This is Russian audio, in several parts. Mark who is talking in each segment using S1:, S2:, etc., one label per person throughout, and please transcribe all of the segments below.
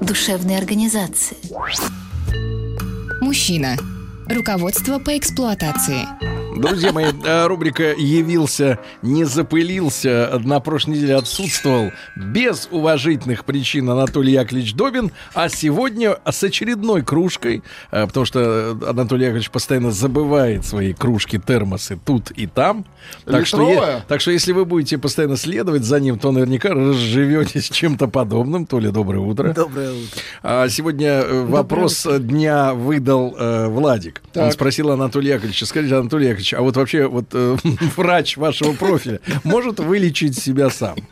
S1: душевной организации.
S2: Мужчина. Руководство по эксплуатации.
S3: Друзья мои, э, рубрика «Явился, не запылился» на прошлой неделе отсутствовал без уважительных причин Анатолий Яковлевич Добин, а сегодня с очередной кружкой, э, потому что Анатолий Яковлевич постоянно забывает свои кружки, термосы тут и там. Так что,
S4: Литровая?
S3: е- так что если вы будете постоянно следовать за ним, то наверняка разживетесь чем-то подобным. Толя, доброе утро.
S4: Доброе утро.
S3: А Сегодня э, вопрос э, дня выдал э, Владик. Он
S4: Так.
S3: спросил Анатолия Яковлевича, скажите, Анатолий Яковлевич, а вот вообще вот э, врач вашего профиля может вылечить себя сам?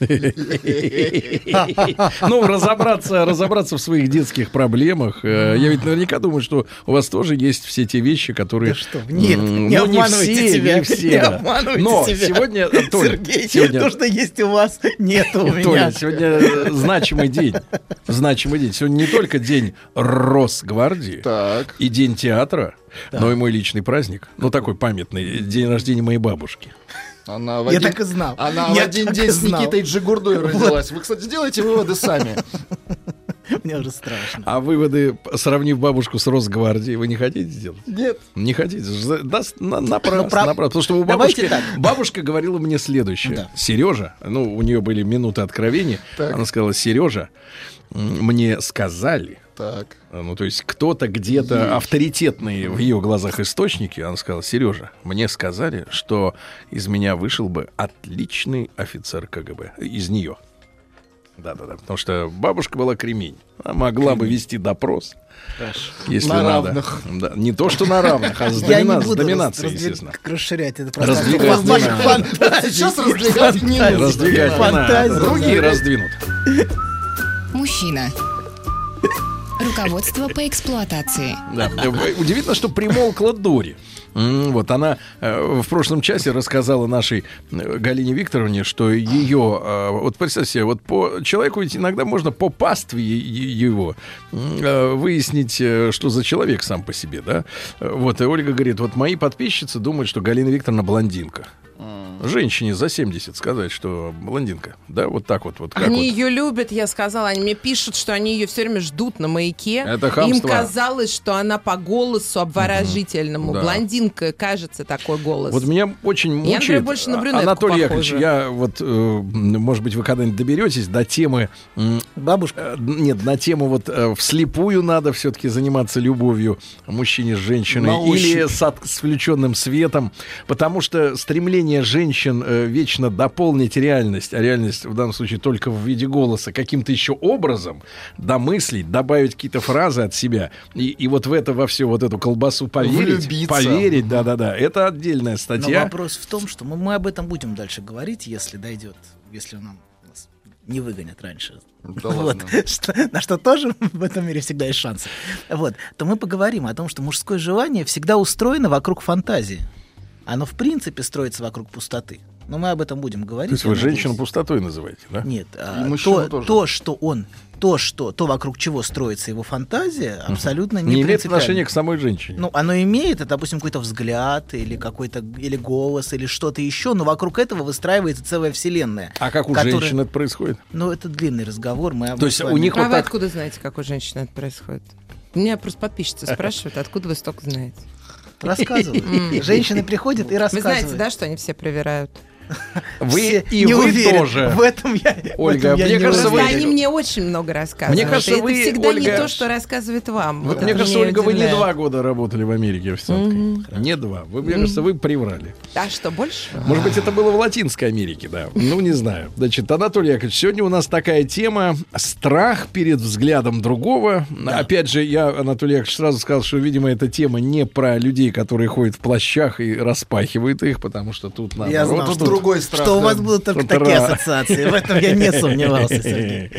S3: Ну, разобраться, разобраться в своих детских проблемах. Э, Я ведь наверняка думаю, что у вас тоже есть все те вещи, которые...
S4: Да что, нет,
S3: М,
S4: не
S3: ну,
S4: обманывайте
S3: все,
S4: себя,
S3: не все,
S4: не
S3: да.
S4: обманывайте
S3: Но
S4: себя.
S3: сегодня, э, Толя,
S4: Сергей,
S3: сегодня-
S4: то, что есть у вас, нет у меня.
S3: Толя, сегодня э, значимый день. Значимый день. Сегодня не только день Росгвардии
S4: Так.
S3: и день театра, но и мой личный праздник. Ну, такой памятный. День рождения моей бабушки.
S5: Она в
S4: Я
S5: один...
S4: так и знал.
S5: Она
S4: Я
S5: в один
S4: так и
S5: день с
S4: знал.
S5: Никитой Джигурдой родилась. Вы, кстати, делаете выводы сами.
S4: Мне уже страшно.
S3: А выводы, сравнив бабушку с Росгвардией, вы не хотите сделать?
S5: Нет.
S3: Не хотите? За- Да, с- на, напрасно,
S4: Ну, прав-
S3: напрасно. Потому что у
S4: Давайте
S3: бабушки, бабушка говорила мне следующее.
S4: Да.
S3: Сережа, ну, у нее были минуты откровения. Она сказала, Сережа, м, мне сказали,
S5: Так.
S3: Ну, то есть кто-то где-то авторитетные в ее глазах источники, она сказала, Сережа, мне сказали, что из меня вышел бы отличный офицер КГБ. Из нее. Да-да-да, потому что бабушка была кремень. Она могла бы вести допрос, если
S5: На
S3: надо.
S5: равных.
S3: Да, не то, что на равных, а с,
S4: Я не
S3: домина- с
S4: буду раз-
S3: доминацией,
S4: раздвиг-
S3: естественно.
S4: Расширять это
S3: Раздвигать
S4: Фан-
S3: не
S4: фан-
S3: надо.
S4: фан-
S5: Сейчас раздвигать не нужно.
S3: Раздвигать не надо.
S4: Фантазия.
S3: Другие раздвинут.
S2: Мужчина. Руководство по эксплуатации.
S3: Да. Э, Удивительно, что примолкла Дори. М, Вот она э, в прошлом часе рассказала нашей э, Галине Викторовне, что ее, э, вот представьте себе, вот по человеку ведь иногда можно по пастве е- е- его м, э, выяснить, э, что за человек сам по себе, да? Э, Вот, и Ольга говорит, вот мои подписчицы думают, что Галина Викторовна блондинка. Женщине за 70 сказать, что блондинка, да, вот так вот, вот как
S6: Они
S3: вот.
S6: ее любят, я сказала. Они мне пишут, что они ее все время ждут на маяке.
S3: Это
S6: И Им
S3: хамство.
S6: казалось, что она по голосу обворожительному.
S3: Да.
S6: Блондинка, кажется, такой голос.
S3: Вот меня очень
S6: Я,
S3: мучает,
S6: например, больше на
S3: а-
S6: брюнетку
S3: Анатолий Яковлевич,
S6: похожа.
S3: я вот, э, м, может быть, вы когда-нибудь доберетесь до темы, м, э,
S4: Бабушка.
S3: нет, на тему вот э, вслепую надо все-таки заниматься любовью мужчине с женщиной
S5: На
S3: или
S5: ощупь.
S3: с, от- с включенным светом, потому что стремление женщин э, вечно дополнить реальность, а реальность в данном случае только в виде голоса, каким-то еще образом домыслить, добавить какие-то фразы от себя и, и вот в это во все вот эту колбасу поверить,
S5: Влюбиться.
S3: поверить, да-да-да, это отдельная
S4: Но
S3: статья.
S4: вопрос в том, что мы, мы об этом будем дальше говорить, если дойдет, если нам нас не выгонят раньше.
S5: Да
S4: Вот.
S5: ладно.
S4: Что- на что тоже в этом мире всегда есть шансы. Вот. То мы поговорим о том, что мужское желание всегда устроено вокруг фантазии. Оно в принципе строится вокруг пустоты. Но мы об этом будем говорить.
S3: То есть вы
S4: я надеюсь.
S3: женщину пустотой называете, да?
S4: Нет, а,
S5: мужчину
S4: то,
S5: тоже.
S4: то, что он, то, что, то вокруг чего строится его фантазия, абсолютно не,
S3: Не имеет
S4: принципиально.
S3: отношения к самой женщине.
S4: Ну, оно имеет, это, допустим, какой-то взгляд или какой-то или голос или что-то еще, но вокруг этого выстраивается целая вселенная.
S3: а как у
S4: которая-
S3: женщин это происходит?
S4: Ну, это длинный разговор, мы об
S3: То есть
S4: этом
S3: у них
S6: А вы
S3: вот так-
S6: откуда знаете, как у женщины это происходит? Меня просто подписчицы спрашивают, откуда вы столько знаете.
S4: рассказываем. Женщины приходят и
S6: Вы
S4: рассказывают.
S6: знаете, да, что они все проверяют?
S3: Вы
S4: Все-
S3: и
S4: не
S3: вы
S4: уверен.
S3: тоже.
S4: В этом я, в
S3: Ольга,
S4: этом я
S3: мне
S4: не
S3: кажется,
S6: Просто
S3: вы-
S4: уверен.
S6: они мне очень много рассказывают.
S3: Мне кажется,
S6: и это
S3: вы,
S6: всегда не
S3: Ольга,
S6: то, что рассказывает вам.
S3: Вот
S6: Это
S3: мне кажется,
S6: меня
S3: Ольга, вы не
S6: удивляет.
S3: два года работали в Америке официанткой. Не два. Вы, мне кажется, вы приврали.
S6: А что, больше?
S3: Может быть, это было в Латинской Америке, да. Ну, не знаю. Значит, Анатолий Яковлевич, сегодня у нас такая тема страх перед взглядом другого. Опять же, я, Анатолий Яковлевич, сразу сказал, что, видимо, эта тема не про людей, которые ходят в плащах и распахивают их, потому что тут надо.
S4: Я знал,
S5: Тут
S4: что,
S5: другой страх,
S4: что у
S5: да.
S4: вас будут только
S3: Тут
S4: такие
S3: ра.
S4: ассоциации. В этом я не сомневался, Сергей.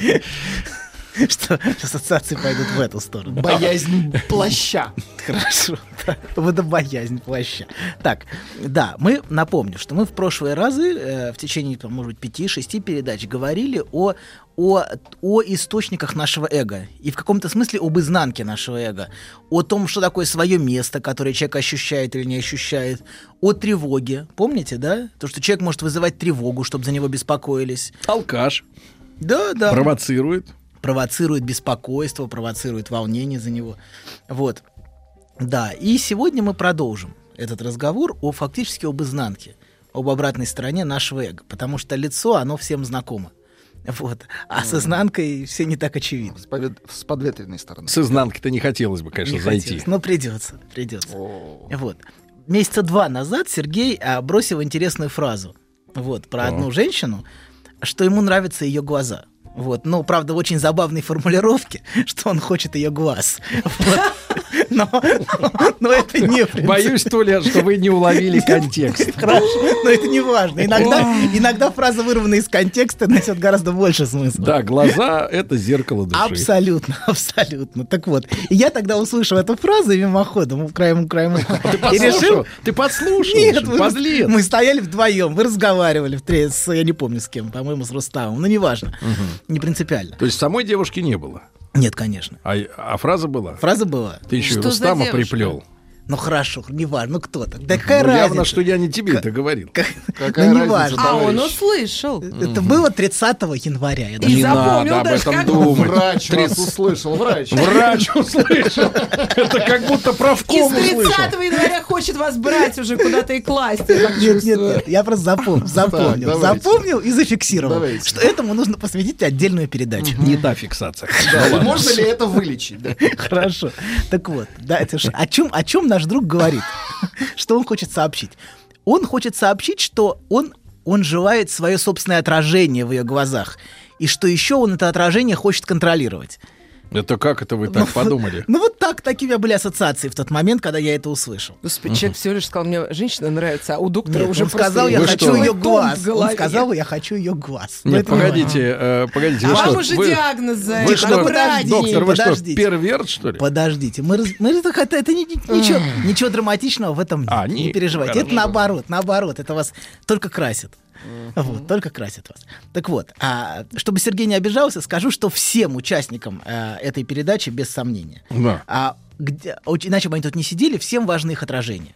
S4: что ассоциации пойдут в эту сторону.
S5: Боязнь плаща.
S4: Хорошо. да. Водобоязнь плаща. Так, да, мы напомню, что мы в прошлые разы э, в течение, там, может быть, 5-6 передач говорили о, о, о источниках нашего эго. И в каком-то смысле об изнанке нашего эго. О том, что такое свое место, которое человек ощущает или не ощущает. О тревоге. Помните, да? То, что человек может вызывать тревогу, чтобы за него беспокоились.
S3: Алкаш
S4: Да, да.
S3: провоцирует.
S4: провоцирует беспокойство, провоцирует волнение за него. Вот. Да, и сегодня мы продолжим этот разговор о фактически об изнанке, об обратной стороне нашего эго, потому что лицо, оно всем знакомо. Вот. А с изнанкой все не так очевидно.
S5: С, повед- с подветренной стороны.
S3: С изнанки-то не хотелось бы, конечно,
S4: Не
S3: зайти.
S4: хотелось, но придется, придется.
S5: О,
S4: Вот. Месяца два назад Сергей а, бросил интересную фразу. Вот, про одну женщину, что ему нравятся ее глаза. Вот, но, правда, в очень забавной формулировке, что он хочет ее глаз. Вот. Но, но это не принцип-
S3: Боюсь, Толя, что вы не уловили контекст.
S4: Хорошо, но это не важно. Иногда, иногда фраза, вырванная из контекста, несет гораздо больше смысла.
S3: Да, глаза — это зеркало души.
S4: Абсолютно, абсолютно. Так вот, и я тогда услышал эту фразу мимоходом, краем краем уха, и решил,
S3: Послушал? Ты подслушал?
S4: Нет,
S3: же,
S4: мы,
S3: подлец.
S4: мы стояли вдвоем, вы разговаривали в тре- с, я не помню с кем, по-моему, с Рустамом, но неважно, не принципиально.
S3: То есть самой девушки не было,
S4: Нет, конечно.
S3: а, а фраза была?
S4: Фраза была.
S3: Ты еще и
S6: Что за
S3: Рустама
S6: девушка?
S3: приплел.
S4: Ну хорошо, неважно, ну кто-то. Да какая
S3: Ну,
S4: разница?
S3: явно, что я не тебе это говорил.
S4: Как-
S5: Какая
S4: ну,
S5: разница,
S4: неважно.
S6: А он
S5: товарищ?
S6: услышал.
S4: Это было 30 января. Я даже...
S6: И
S3: Не
S6: запомнил
S3: надо об
S6: даже,
S3: этом
S6: как-
S3: думать.
S5: Врач вас
S3: Тридцать-
S5: услышал, врач.
S3: Врач услышал. Это как будто
S6: Из
S3: правком
S6: 30
S3: услышал.
S6: января хочет вас брать уже куда-то и класть. я так
S4: Нет, нет,
S6: чувствую.
S4: нет, я просто запомнил, запомнил,
S5: давайте.
S4: запомнил и зафиксировал,
S5: Давайте.
S4: что этому нужно посвятить отдельную передачу.
S3: Не та фиксация.
S5: Да, и можно ли это вылечить? да?
S4: Хорошо. Так вот, да, это ж- о чем, о чем наш друг говорит? Что он хочет сообщить? Он хочет сообщить, что он, он желает свое собственное отражение в ее глазах. И что еще он это отражение хочет контролировать.
S3: Это как это вы так подумали?
S4: Ну вот так, такие у меня были ассоциации в тот момент, когда я это услышал.
S6: Господи, человек всего лишь сказал, мне женщина нравится, а у доктора
S4: Нет, ну,
S6: уже
S4: он
S6: просто
S4: сказал, я
S3: Вы
S4: хочу
S3: что?
S4: ее
S6: Том в
S4: глаз. Он
S6: голове.
S4: сказал, я хочу ее глаз. Ну,
S3: Нет,
S4: это не важно.
S3: погодите, э, погодите.
S6: А
S3: вы
S6: вам
S3: что,
S6: уже
S3: вы-
S6: диагноз за
S3: Вы
S6: это.
S3: что,
S6: Ну, подожди.
S3: доктор, вы что,
S4: подождите.
S3: перверт, что ли?
S4: Подождите, мы, раз- мы раз- это, это ни- ни- ничего, ничего драматичного в этом нет.
S3: А,
S4: не,
S3: не-
S4: переживайте. Это
S3: хорошо.
S4: наоборот, наоборот, это вас только красит. Вот, только красит вас. Так вот, а, чтобы Сергей не обижался, скажу, что всем участникам э, этой передачи, без сомнения,
S3: Да.
S4: а, где- оч- иначе бы они тут не сидели, всем важны их отражения.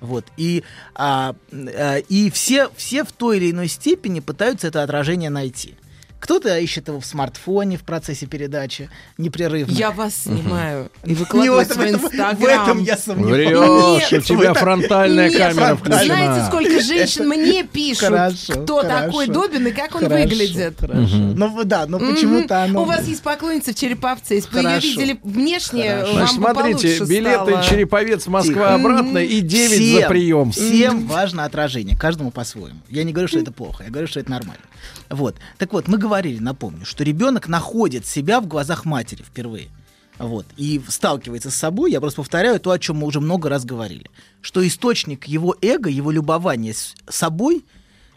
S4: Вот. И, а, м, а, и все, все в той или иной степени пытаются это отражение найти. Кто-то ищет его в смартфоне в процессе передачи непрерывно.
S6: Я вас снимаю и
S4: Не, в
S6: выкладываю в
S4: этом-
S6: свой
S4: этом-
S6: инстаграм.
S4: В этом я сомневаюсь.
S3: Врешь, у
S4: Нет,
S3: тебя
S4: вы так-
S3: фронтальная
S6: Нет,
S3: камера
S6: Фран,
S3: включена.
S6: Знаете, сколько женщин мне пишут,
S4: Хорошо,
S6: кто
S4: хорошо.
S6: такой Добин и как он
S4: Хорошо,
S6: выглядит.
S4: хорошо. Ну вы- да, но
S6: Мгм.
S4: почему-то оно...
S6: У вас есть поклонница в Череповце, если бы ее
S4: Хорошо.
S6: видели внешне,
S4: Хорошо.
S6: вам
S3: Значит,
S6: бы
S3: смотрите,
S6: получше
S3: билеты
S6: стало.
S3: Череповец Москва обратно и 9
S4: Всем-
S3: за прием.
S4: Всем важно отражение, каждому по-своему. Я не говорю, что это плохо, я говорю, что это нормально. Вот. Так вот, мы говорили, напомню, что ребенок находит себя в глазах матери впервые. Вот. И сталкивается с собой, я просто повторяю то, о чем мы уже много раз говорили. Что источник его эго, его любования с собой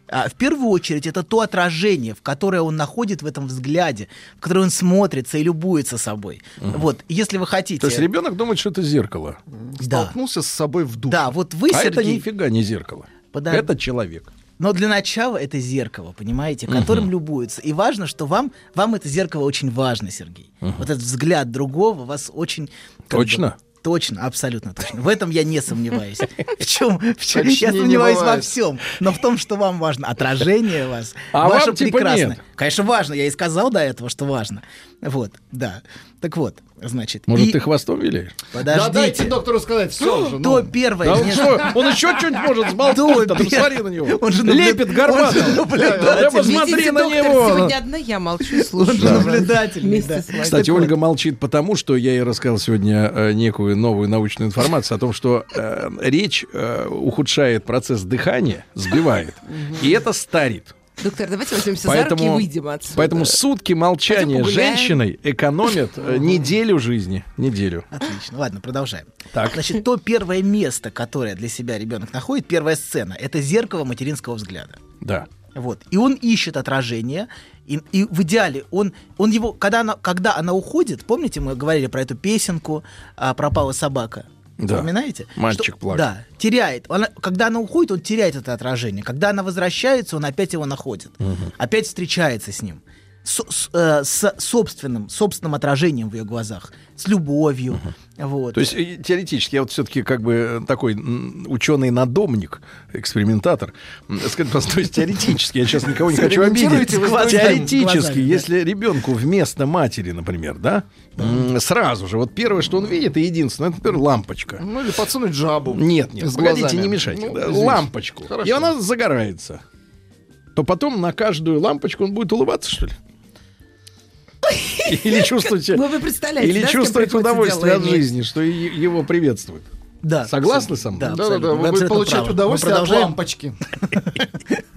S4: а, в первую очередь это то отражение, в которое он находит в этом взгляде, в которое он смотрится и любуется собой. Вот, если вы хотите...
S3: То есть ребенок думает, что это зеркало.
S4: да.
S5: Столкнулся с собой в душе.
S4: Да, вот вы,
S3: а это
S4: Сергей,
S3: нифига не зеркало.
S4: Подар-
S3: Это человек.
S4: но для начала это зеркало, понимаете, которым любуются. И важно, что вам, вам это зеркало очень важно, Сергей. Вот этот взгляд другого вас очень... как бы,
S3: Точно?
S4: Точно, абсолютно точно. В этом я не сомневаюсь. В чем? В чем?
S5: Точнее
S4: Я
S5: не
S4: сомневаюсь во
S5: бывает.
S4: всем. Но в том, что вам важно. Отражение вас.
S3: А
S4: ваше
S3: вам, типа,
S4: прекрасное.
S3: нет.
S4: Конечно, важно. Я и сказал до этого, что важно. Вот, да. Так вот, значит.
S3: Может,
S4: и-
S3: ты хвостом виляешь?
S5: Да дайте
S4: Подождите.
S5: доктору сказать, все же.
S4: То
S5: ну.
S4: первое.
S3: Да он
S4: не-
S3: что, он еще что-нибудь может сболтнуть, там,
S4: Добер.
S3: посмотри на него.
S4: Он же наблю-
S3: Лепит
S4: он же
S3: горбатый.
S4: наблюдатель.
S3: Да
S6: Видите,
S3: посмотри на
S6: доктор,
S3: него.
S6: сегодня одна я молчу и слушаю.
S4: же наблюдательный,
S6: Вместе
S4: да.
S6: с вами.
S3: Кстати, Ольга молчит потому, что я ей рассказал сегодня э, некую новую научную информацию о том, что э, речь э, ухудшает процесс дыхания, сбивает, и это старит.
S6: Доктор, давайте возьмемся за руки и
S3: Поэтому,
S6: выйдем отсюда.
S3: поэтому сутки молчания
S6: Пойдем
S3: с
S6: погуляем.
S3: женщиной экономят э, неделю жизни. Неделю.
S4: Отлично. Ладно, продолжаем.
S3: Так.
S4: Значит, то первое место, которое для себя ребенок находит, первая сцена, это зеркало материнского взгляда.
S3: Да.
S4: Вот. И он ищет отражение, и, и в идеале он, он его, когда она, когда она уходит, помните, мы говорили про эту песенку а, «Пропала собака».
S3: Да.
S4: Вспоминаете?
S3: Мальчик плакал.
S4: Да, теряет. Она- когда она уходит, он теряет это отражение. Когда она возвращается, он опять его находит. Опять встречается с ним. С, с, э, с собственным, собственным отражением в ее глазах. С любовью. Вот.
S3: То есть э, теоретически я вот все-таки как бы э, такой ученый-надомник, экспериментатор. М, Скажите, пожалуйста, то есть теоретически, я сейчас никого не хочу обидеть.
S4: Экспериментируйте вы с глазами, с
S3: Теоретически,
S4: глазами,
S3: если ребенку вместо матери, например, да, м, сразу же, вот первое, что он видит, и единственное, это, например, лампочка.
S5: Ну или подсунуть жабу.
S3: Нет, нет,
S5: С
S3: погодите,
S5: глазами.
S3: не мешайте.
S5: Ну,
S3: Да,
S5: извините.
S3: лампочку. И
S5: Хорошо.
S3: она загорается. То потом на каждую лампочку он будет улыбаться, что ли? Или чувствовать себя...
S6: Вы, вы представляете,
S3: Или
S6: да, с кем
S3: чувствует
S6: приходится
S3: удовольствие
S6: дело
S3: от
S6: иметь?
S3: жизни, что и- его приветствуют.
S4: да,
S3: согласны со мной?
S4: Да,
S5: Да, да,
S4: абсолютно.
S5: да.
S4: Вы
S5: Вы будете
S4: абсолютно
S5: получать
S4: правы.
S5: удовольствие
S4: Мы
S5: от
S4: продолжаем.
S5: лампочки.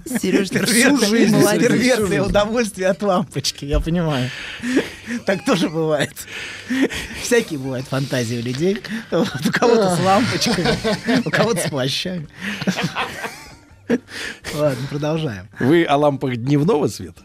S6: Сереж, ты всю
S4: Перверсное-
S6: жизнь молодец.
S4: Перверсное удовольствие от лампочки, я понимаю. Так тоже бывает. Всякие бывают фантазии у людей. Вот, у кого-то с лампочками, у кого-то с плащами. Ладно, продолжаем.
S3: Вы о лампах дневного света?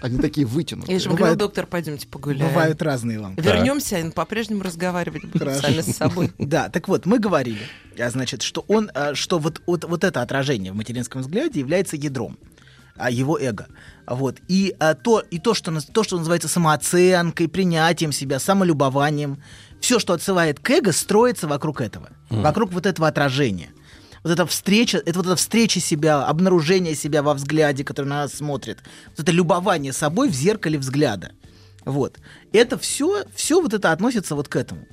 S5: Они такие вытянутые.
S6: Я же вам говорила,
S4: Бывает-
S6: доктор, пойдемте погуляем.
S4: Бывают разные лампы.
S6: Вернемся, и по-прежнему разговаривать будем
S4: Хорошо.
S6: сами с собой.
S4: Да, так вот, мы говорили, а, значит, что он, а, что вот, вот, вот это отражение в материнском взгляде является ядром а, его эго. А Вот. И, а, то, и то, что, наз- то, что называется самооценкой, принятием себя, самолюбованием, все, что отсылает к эго, строится вокруг этого, вокруг вот этого отражения. Вот эта встреча, это вот эта встреча себя, обнаружение себя во взгляде, который на нас смотрит, вот это любование собой в зеркале взгляда. Вот. Это все, все вот это относится вот к этому.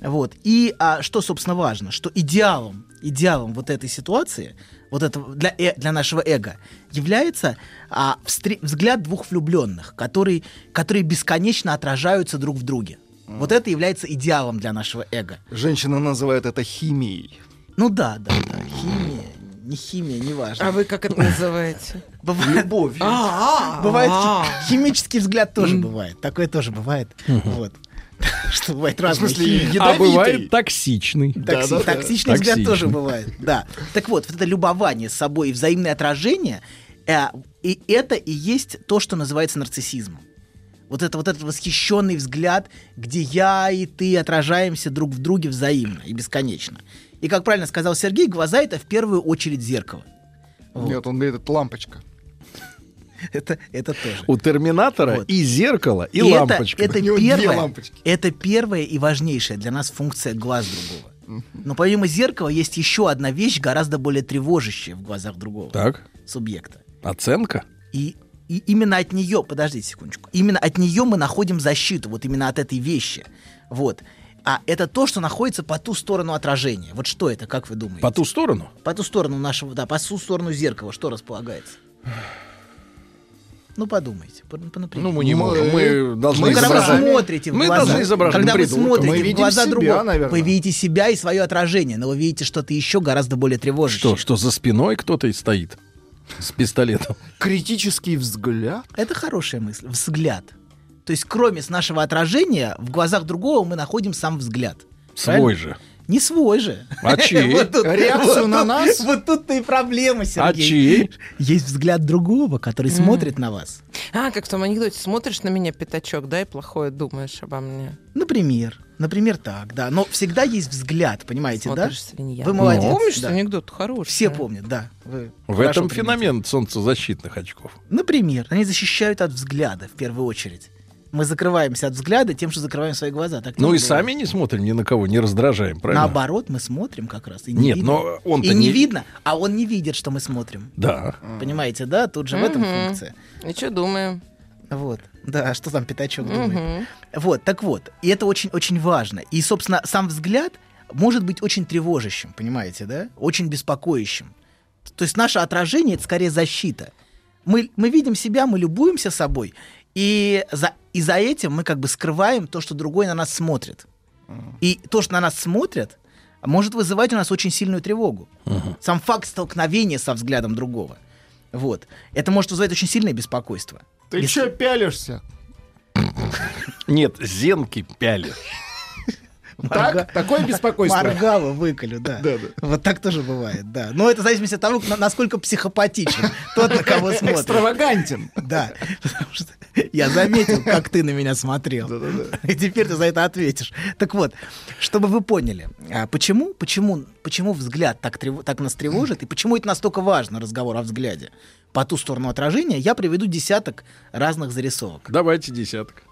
S4: Вот. И а, что, собственно, важно, что идеалом, идеалом вот этой ситуации, вот этого для, э- для нашего эго, является а, встре- взгляд двух влюбленных, который, которые бесконечно отражаются друг в друге. Вот это является идеалом для нашего эго.
S5: Женщина называет это химией.
S4: Ну да, да, да. Химия, не химия, не важно.
S6: А вы как это называете?
S4: Бывает,
S6: А,
S4: бывает
S6: а.
S4: хи- химический взгляд тоже бывает. Такое тоже бывает. Вот. Что бывает разные
S5: смысле,
S4: химии.
S3: А
S5: Ядовитый.
S3: бывает токсичный.
S4: Токси-
S5: Да-да-да.
S4: Токсичный взгляд
S3: Токсичный.
S4: тоже бывает. Да. Так вот, вот это любование собой и взаимное отражение, э, и это и есть то, что называется нарциссизмом. Вот это вот этот восхищенный взгляд, где я и ты отражаемся друг в друге взаимно и бесконечно. И как правильно сказал Сергей, глаза это в первую очередь зеркало. Вот.
S5: Нет, он говорит, это лампочка.
S4: Это, это тоже.
S3: У терминатора
S4: Вот.
S3: и зеркало, и,
S4: И это-
S3: лампочка.
S4: Это,
S5: У него две
S4: первое,
S5: лампочки.
S4: это первая и важнейшая для нас функция глаз другого. Но помимо зеркала есть еще одна вещь, гораздо более тревожащая в глазах другого
S3: Так,
S4: субъекта.
S3: оценка.
S4: И, и именно от нее, подождите секундочку, именно от нее мы находим защиту, вот именно от этой вещи. Вот. А это то, что находится по ту сторону отражения. Вот что это, как вы думаете?
S3: По ту сторону?
S4: По ту сторону нашего, да, по ту сторону зеркала, что располагается? Ну, подумайте, по- например.
S3: Ну, мы не можем. Мы должны
S4: Ну, когда вы
S3: изображать.
S4: смотрите в
S3: Мы
S4: глаза,
S3: должны изображать.
S4: когда
S3: Мы
S4: вы
S3: придумали.
S4: смотрите
S5: Мы
S4: в
S5: видим
S4: глаза
S5: себя,
S4: другого,
S5: наверное.
S4: вы видите себя и свое отражение, но вы видите что-то еще гораздо более тревожащее.
S3: Что, что за спиной кто-то и стоит с пистолетом?
S5: Критический взгляд.
S4: Это хорошая мысль. Взгляд. То есть, кроме с нашего отражения, в глазах другого мы находим сам взгляд.
S3: Свой же.
S4: Не свой же.
S3: А чей?
S4: Вот тут-
S5: Реакцию
S4: вот
S5: на
S4: тут-
S5: нас?
S4: Вот тут-то и проблема, Сергей.
S3: А чей?
S4: Есть взгляд другого, который смотрит на вас.
S6: А, как в том анекдоте, смотришь на меня, пятачок, да, и плохое думаешь обо мне.
S4: Например. Например, так, да. Но всегда есть взгляд, понимаете, да?
S6: Смотришь, свинья.
S4: Вы молодец,
S6: Помнишь
S4: да.
S6: анекдот хороший?
S4: Все помнят, да. Вы
S3: В
S4: хорошо
S3: этом
S4: понимаете.
S3: феномен солнцезащитных очков.
S4: Например, они защищают от взгляда в первую очередь. Мы закрываемся от взгляда тем, что закрываем свои глаза. Так
S3: Ну
S4: не
S3: и
S4: бывает.
S3: сами не смотрим ни на кого, не раздражаем, правильно?
S4: Наоборот, мы смотрим как раз. И не
S3: Нет,
S4: видно.
S3: но он-то
S4: И не
S3: не- А.
S4: видно, а он не видит, что мы смотрим.
S3: Да.
S4: Понимаете, да? Тут же в этом
S6: Мгм.
S4: функция.
S6: И Ну, что думаем?
S4: Вот. Да, а что там пятачок думает?
S6: Мгм.
S4: Вот, так вот. И это очень-очень важно. И, собственно, сам взгляд может быть очень тревожащим, понимаете, да? Очень беспокоящим. То есть наше отражение — это скорее защита. Мы, мы видим себя, мы любуемся собой, и за, и за этим мы как бы скрываем то, что другой на нас смотрит. И то, что на нас смотрят, может вызывать у нас очень сильную тревогу. Сам факт столкновения со взглядом другого. Вот. Это может вызывать очень сильное беспокойство.
S5: Ты
S4: Если-
S5: че пялишься?
S3: Нет, зенки пяли.
S5: Так, такое беспокойство.
S4: Моргала выколю, да.
S5: Да, да.
S4: Вот так тоже бывает, да. Но это в зависимости от того, на- насколько психопатичен тот, на кого смотрит.
S5: Экстравагантен.
S4: Да, потому что я заметил, как ты на меня смотрел. И теперь ты за это ответишь. Так вот, чтобы вы поняли, а почему, почему, почему взгляд так, трев- так нас тревожит, и почему это настолько важно, разговор о взгляде по ту сторону отражения, я приведу десяток разных зарисовок.
S3: Давайте десяток.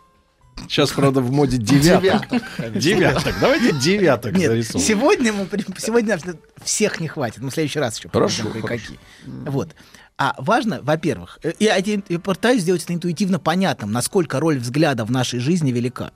S3: Сейчас, правда, в моде девяток. Девяток. Давайте девяток
S4: Нет,
S3: зарисуем.
S4: сегодня мы при- сегодня всех не хватит. Мы в следующий раз еще
S3: Хорошо,
S4: приведем кое-какие. Вот. А важно, во-первых, э, я, эти- я пытаюсь сделать это интуитивно понятным, насколько роль взгляда в нашей жизни велика.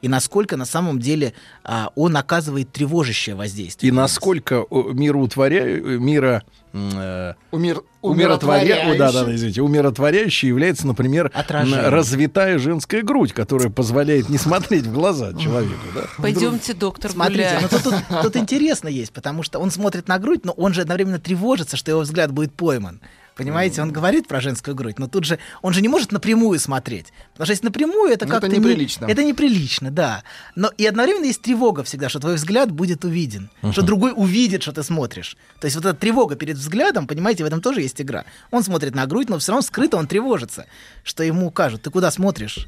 S4: И насколько на самом деле а, он оказывает тревожащее воздействие.
S3: И насколько э, о, мироутворя... мира... м, э,
S5: Умер...
S3: умиротворя- о, да, да, да, извините, умиротворяющей является, например,
S4: Отражение.
S3: н- развитая женская грудь, которая позволяет не смотреть в глаза человеку. Да?
S6: Пойдемте, доктор,
S4: Смотрите, ну
S6: гуляет.
S4: тут, тут- тут интересно есть, потому что он смотрит на грудь, но он же одновременно тревожится, что его взгляд будет пойман. Понимаете, он говорит про женскую грудь, но тут же он же не может напрямую смотреть. Потому что если напрямую, это
S5: Ну, это
S4: как-то не-
S5: неприлично.
S4: это неприлично, да. Но и одновременно есть тревога всегда, что твой взгляд будет увиден, что другой увидит, что ты смотришь. То есть вот эта тревога перед взглядом, понимаете, в этом тоже есть игра. Он смотрит на грудь, но все равно скрыто он тревожится, что ему укажут. Ты куда смотришь?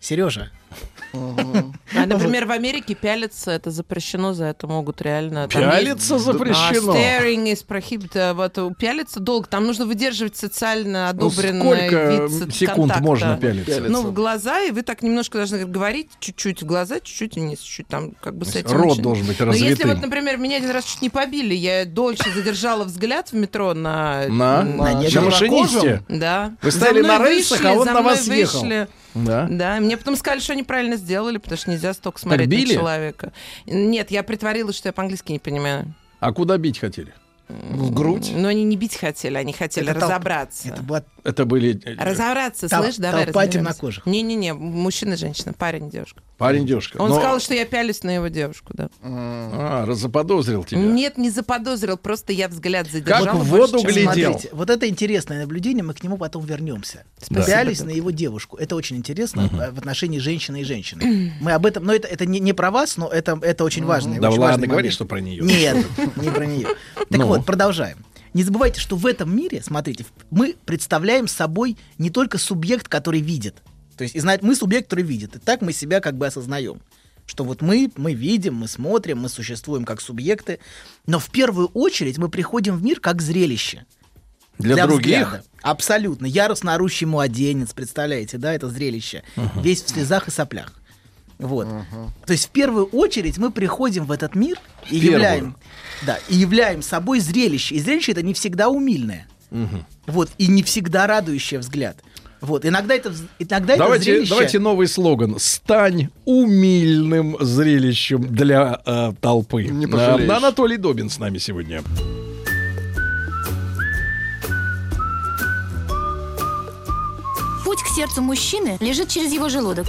S4: Сережа.
S6: А, например, в Америке пялиться это запрещено, за это могут реально... там есть-
S3: Пялиться запрещено.
S6: А, staring is prohibited. а, Вот, пялиться долго. Там нужно выдерживать социально
S3: Ну,
S6: одобренный
S3: сколько
S6: вид со-
S3: секунд
S6: контакта.
S3: можно пялиться?
S5: Пялиться.
S6: Ну, в глаза, и вы так немножко должны говорить чуть-чуть в глаза, чуть-чуть вниз, чуть там как бы с этим...
S3: Рот
S6: очень-
S3: должен быть
S6: Но если
S3: развитым.
S6: вот, например, меня один раз чуть не побили, я дольше задержала взгляд в метро на... а,
S3: На,
S4: На
S3: на
S4: некотором
S3: машинисте.
S6: Да.
S3: Вы
S6: За
S3: стояли
S6: мной
S3: на рельсах,
S6: вышли,
S3: а он
S6: за
S3: на
S6: мной
S3: вас ехал.
S6: вышли.
S3: Да.
S6: Да, и мне потом сказали, что они правильно сделали, потому что нельзя столько смотреть
S3: били?
S6: на человека. Нет, я притворилась, что я по-английски не понимаю.
S3: А куда бить хотели?
S5: В грудь.
S6: Но они не бить хотели, они хотели
S4: Это толк-
S6: разобраться.
S4: Это была
S3: Это были э,
S6: Разобраться,
S4: Тол-
S6: слышь, давай
S4: толпа
S6: разберемся.
S4: темнокожих.
S6: Не-не-не, мужчина и женщина, парень и девушка.
S3: парень девушка.
S6: Он
S3: Но-
S6: сказал, что я пялюсь на его девушку, да.
S3: А, заподозрил тебя.
S6: Нет, не заподозрил, просто я взгляд задержала.
S3: Как в
S6: больше,
S3: воду
S6: чем
S3: глядел.
S6: смотрела.
S4: Смотрите, вот это интересное наблюдение, мы к нему потом вернемся.
S6: Спасибо,
S4: Пялись
S6: доктор.
S4: на его девушку. Это очень интересно э, в отношении женщины и женщины. Мы об этом, но это, это не, не про вас, но это, это очень важно. и
S3: Да
S4: очень
S3: ладно,
S4: важный
S3: говори,
S4: момент.
S3: что про нее.
S4: Нет, не про нее. Так
S3: Ну.
S4: вот, продолжаем. Не забывайте, что в этом мире, смотрите, в- мы представляем собой не только субъект, который видит. То есть, и знает, мы субъект, который видит. И так мы себя как бы осознаем. Что вот мы, мы видим, мы смотрим, мы существуем как субъекты. Но в первую очередь мы приходим в мир как зрелище.
S3: Для, других.
S4: взгляда. Абсолютно. Яростно орущий младенец, представляете, да, это зрелище. Весь в слезах и соплях. Вот. То есть в первую очередь мы приходим в этот мир и
S3: первую.
S4: являем, да, и являем собой зрелище. И зрелище это не всегда умильное. Вот, и не всегда радующее взгляд. Вот, иногда это, вз- иногда это
S3: Давайте,
S4: зрелище...
S3: давайте ну. новый слоган. Стань умильным зрелищем для э, толпы.
S5: Не
S3: Э,
S5: пожалеешь.
S3: Анатолий Добин с нами сегодня.
S1: Путь к сердцу мужчины лежит через его желудок.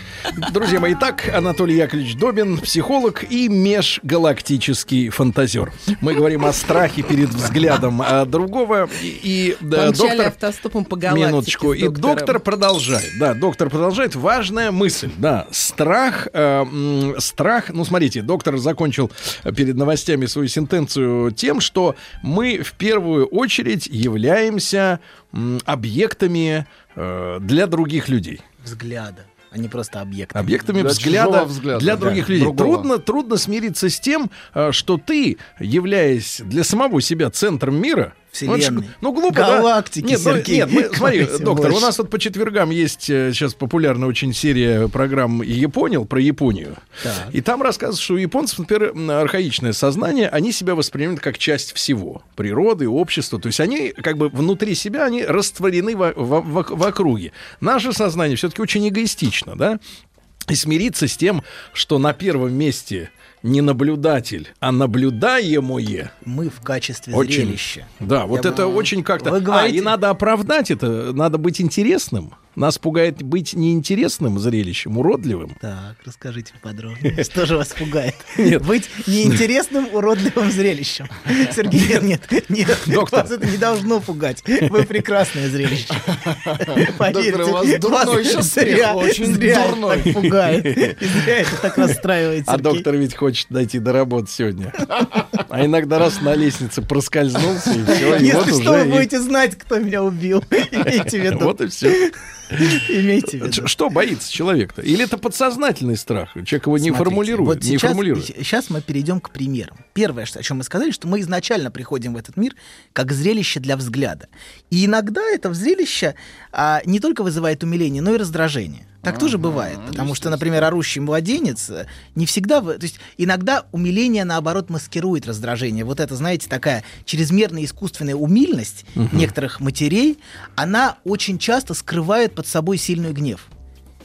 S3: Друзья мои, так, Анатолий Яковлевич Добин, психолог и межгалактический фантазер. Мы говорим о страхе перед взглядом а, другого. И, и, да,
S6: Помчали
S3: доктор...
S6: автостопом по галактике
S3: Минуточку.
S6: с
S3: И
S6: доктором.
S3: доктор продолжает. Да, доктор продолжает. Важная мысль. Да, страх, э, м, страх. Ну, смотрите, доктор закончил перед новостями свою сентенцию тем, что мы в первую очередь являемся м, объектами э, для других людей.
S4: Взгляда, а не просто объект.
S3: Объектами
S5: Для
S3: взгляда,
S5: чужого взгляда,
S3: для
S5: да,
S3: других людей.
S5: другого.
S3: Трудно, трудно смириться с тем, э, что ты, являясь для самого себя центром мира, ну, это ж-
S4: Вселенной.
S3: Ну, глупо,
S4: Галактики,
S3: да? Нет, ну,
S4: Сергей,
S3: нет, мы- смотри,
S4: говорите
S3: доктор, у
S4: больше.
S3: нас вот по четвергам есть э, сейчас популярная очень серия программ «Японил» про Японию.
S4: Так.
S3: И там рассказывают, что у японцев, например, м, архаичное сознание, они себя воспринимают как часть всего. Природы, общества. То есть они как бы внутри себя, они растворены во- во- во- в округе. Наше сознание все-таки очень эгоистично, да? И смириться с тем, что на первом месте не наблюдатель, а наблюдаемое.
S4: Мы в качестве
S3: Очень.
S4: зрелища.
S3: Да, вот
S4: Я
S3: это
S4: бы-
S3: очень как-то.
S4: Вы
S3: А, и
S4: говорите-
S3: надо оправдать это, надо быть интересным. Нас пугает быть неинтересным зрелищем, уродливым.
S4: Так, расскажите подробнее. Что же вас пугает?
S3: Нет.
S4: Быть неинтересным, уродливым зрелищем. Сергей, нет, нет, нет.
S3: Доктор.
S4: Вас это не должно пугать. Вы прекрасное зрелище. Поверьте,
S5: Доктор, у вас дурной сейчас
S4: зря,
S5: смех, очень
S4: зря это
S5: дурной.
S4: так пугает. И зря это так расстраивает
S3: А
S4: Сергей.
S3: доктор ведь хочет дойти до работы сегодня. А иногда раз на лестнице проскользнулся, и все, и вот
S4: Если что,
S3: уже
S4: вы
S3: и-
S4: будете знать, кто меня убил. Имейте в виду.
S3: Вот и все.
S4: Имейте в виду.
S3: Что боится человек-то? Или это подсознательный страх? Человек его не
S4: Смотрите,
S3: формулирует.
S4: Вот
S3: не
S4: сейчас,
S3: формулирует.
S4: сейчас мы перейдем к примерам. Первое, что- о чем мы сказали, что мы изначально приходим в этот мир как зрелище для взгляда. И иногда это зрелище а, не только вызывает умиление, но и раздражение. Так тоже бывает, потому что, например, орущий младенец э, не всегда... в- То есть иногда умиление, наоборот, маскирует раздражение. Вот это, знаете, такая чрезмерная искусственная умильность некоторых матерей, она очень часто скрывает под собой сильный гнев.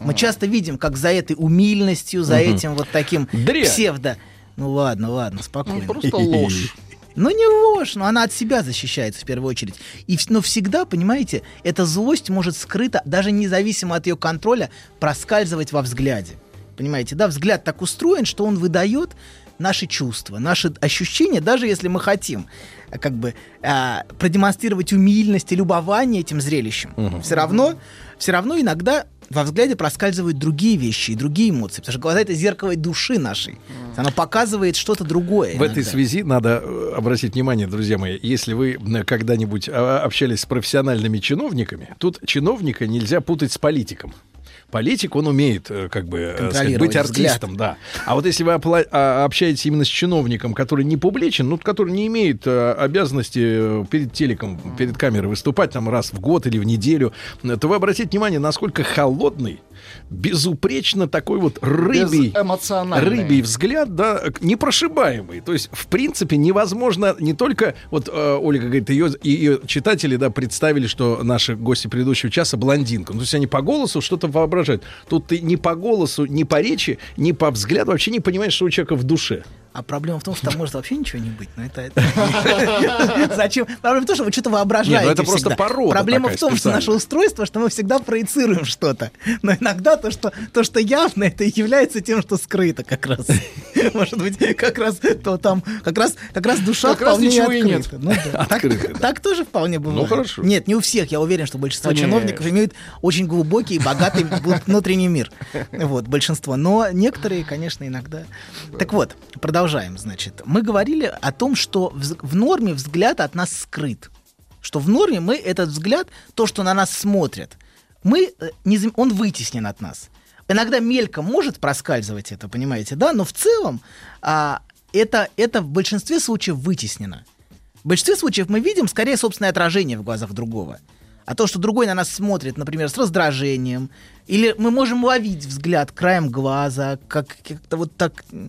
S4: Мы часто видим, как за этой умильностью, за этим вот таким
S3: Дрянь.
S4: псевдо... Ну ладно, ладно, спокойно. Ну,
S5: Просто ложь.
S4: не ложь, но она от себя защищается в первую очередь. И, вс- но всегда, понимаете, эта злость может скрыто, даже независимо от ее контроля, проскальзывать во взгляде. Понимаете, да, взгляд так устроен, что он выдает наши чувства, наши ощущения, даже если мы хотим э, как бы э, продемонстрировать умильность и любование этим зрелищем. Все равно, все равно иногда во взгляде проскальзывают другие вещи и другие эмоции, потому что глаза это зеркало души нашей. Оно показывает что-то другое.
S3: В этой
S4: иногда.
S3: связи надо э, обратить внимание, друзья мои, если вы э, когда-нибудь а, общались с профессиональными чиновниками, тут чиновника нельзя путать с политиком. Политик, он умеет э, как бы э, сказать,
S4: Контролировать
S3: быть артистом, да. А вот если вы опла- а, общаетесь именно с чиновником, который не публичен, ну, который не имеет э, обязанности э, перед телеком, перед камерой выступать там раз в год или в неделю, э, то вы обратите внимание, насколько холодный, безупречно такой вот рыбий,
S5: Безэмоциональный.
S3: рыбий взгляд, да, к- непрошибаемый. То есть, в принципе, невозможно не только... Вот э, Ольга говорит, ее, ее читатели, да, представили, что наши гости предыдущего часа блондинка. Ну, то есть они по голосу что-то воображают. Тут ты ни по голосу, ни по речи, ни по взгляду вообще не понимаешь, что у человека в душе.
S4: А проблема в том, что там может вообще ничего не быть. Но это, это- Зачем? Проблема в том, что вы что-то воображаете
S3: Нет, ну это просто
S4: всегда.
S3: порода
S4: Проблема
S3: такая
S4: в том, что
S3: специальная.
S4: наше устройство, что мы всегда проецируем что-то. Но иногда то, что, то, что явно, это и является тем, что скрыто как раз. Может быть, как раз то там, как раз, как раз душа
S5: Как раз
S4: вполне
S5: ничего и нет.
S4: открыта. Ну да. Так-
S3: Открыто, да. Ну
S4: Так тоже вполне бывает.
S3: хорошо.
S4: Нет, не у всех. Я уверен, что большинство
S5: Нет.
S4: чиновников имеют очень глубокий и богатый бу- внутренний мир. Вот, большинство. Но некоторые, конечно, иногда. Так вот, продолжаем, значит. Мы говорили о том, что вз- в норме взгляд от нас скрыт. Что в норме мы этот взгляд, то, что на нас смотрят, мы, э, не зам- он вытеснен от нас. Иногда мельком может проскальзывать это, понимаете, да, но в целом а, это, это в большинстве случаев вытеснено. В большинстве случаев мы видим скорее собственное отражение в глазах другого. А то, что другой на нас смотрит, например, с раздражением, или мы можем ловить взгляд краем глаза, как как-то вот так... м,